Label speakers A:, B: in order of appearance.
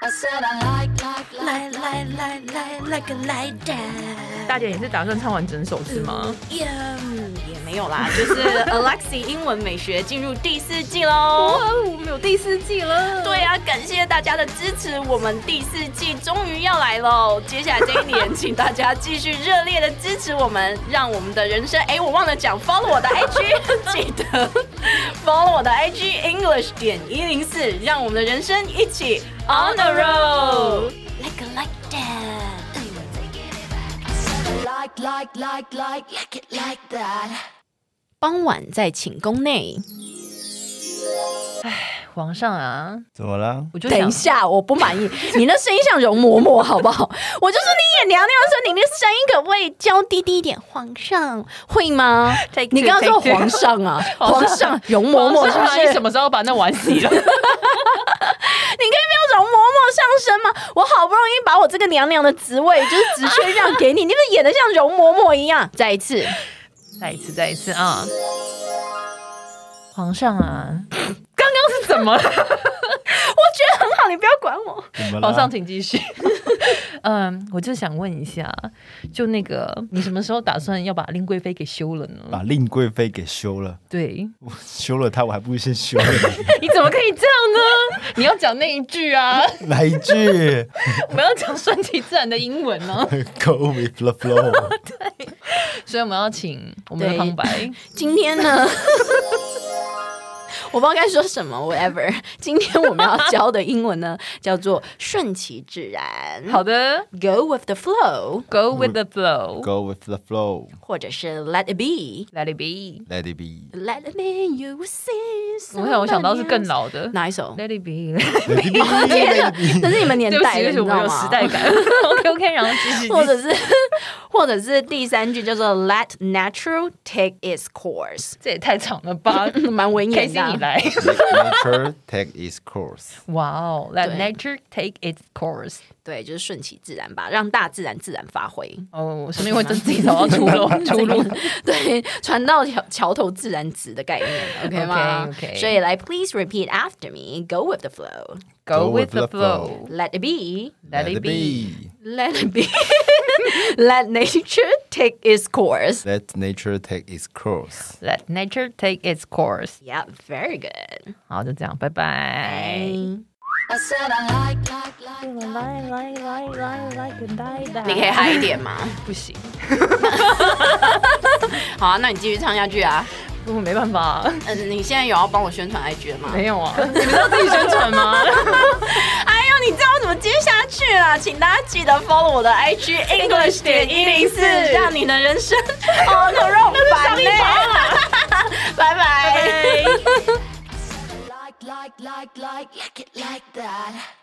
A: I said I like, like, like,
B: 来来来来来个来的，
C: 大姐，你是打算唱完整首是吗？
B: 耶！嗯
D: 也没有啦，就是 Alexi 英文美学进入第四季喽。
B: 我们有第四季了，
D: 对啊，感谢大家的支持，我们第四季终于要来喽！接下来这一年，请大家继续热烈的支持我们，让我们的人生……哎，我忘了讲，follow 我的 IG，记 得 follow 我的 IG English 点一零四，让我们的人生一起 on the road。
B: ，like a like that，
A: I said I like, like, like, like, like it like that.
D: 傍晚在寝宫内，
C: 皇上啊，
E: 怎么了？
C: 我就
D: 等一
C: 想
D: 下，我不满 意，你那声音像容嬷嬷，好不好？我就说你演娘娘的时候，你那声音可不可以娇滴滴一点？皇上会吗
C: Take two,
D: 你刚刚说
C: take two
D: 皇上 啊，皇上容嬷嬷
C: 皇
D: 是
C: 上
D: 不
C: 啊
D: 是？
C: 你什么时候把那碗洗了？
D: 你可以不要容嬷嬷上身吗？我好不容易把我这个娘娘的职位就是职缺让给你，你不是演的像容嬷嬷一样？再一次，
C: 再一次，再一次啊！皇上啊，刚刚是怎么了？
D: 我觉得很好，你不要管我。
E: 怎么了？
C: 皇上，请继续。 嗯，我就想问一下，就那个，你什么时候打算要把令贵妃给休了呢？
E: 把令贵妃给休了，
C: 对，
E: 我休了她，我还不如先休了
C: 你
E: 你
C: 怎么可以这样 呢？你要讲那一句啊，
E: 来一句
C: 我们要讲顺其自然的英文呢、
E: ，Go with the flow。
C: 所以我们要请我们的
D: 对
C: 旁白，
D: 今天呢， 我不知道该说什么，whatever。今天我们要教的英文呢， 叫做顺其自然。
C: 好的
D: ，Go with the flow，
C: ，Go with the flow，Let
E: Go with the flow,
D: 或者是 Let it be。
C: it be。
E: let it be.
D: Let it be you see。
C: 我 想我想到是更老的
D: 哪一 首？
C: ，Let it be。
E: Let it be.
D: 那哦是你们年
C: 对不
D: 代
C: 起，
D: 的，
C: 对不起，
D: 你知
C: 我
D: 道
C: 有
D: 吗
C: 时？代感。OK OK，然后继续。
D: 或者是， 或者是第三句叫做 Let natural take its course，
C: 这也太长了吧
D: 蛮文
C: 开
D: 言的
C: 心
D: 啊。
C: 你 来。
E: Nature take its course.
C: 哇哦，Let
D: 对
C: nature take its course。
D: 对，就是顺其自然吧，让大自然自然发挥。
C: 哦，生命会自己找到出路， 出路。
D: 对，船到桥桥头自然直的概念，OK 吗
C: OK，OK
D: 所以来，please repeat after me. Go with the flow.
C: Go
E: Go
C: with
E: with
C: the
E: the
C: flow.
D: Let it be.
C: Let it be.
D: Let it be. Let nature take its course.
E: Let nature take its course.
C: Let nature take its course。
D: Yeah, very good. 哎
C: 好，就这样，拜
D: Mm-hmm.
C: 拜。
A: I said I like, like, like, like.
B: 来来来来来个来的，
D: 你可以嗨一点吗？
C: 不行，
D: 好啊，那你继续唱下去啊。
C: 我没办法，
D: 嗯，你现在有要帮我宣传 IG 了吗？
C: 没有啊，你们要自己宣传吗？
D: 哎呦，你知道我怎么接下去啊？请大家记得 follow 我的 IG English 点一零四，让你的人生 on the road 版呢。 拜拜。
A: Like, like, like, like, like it like that.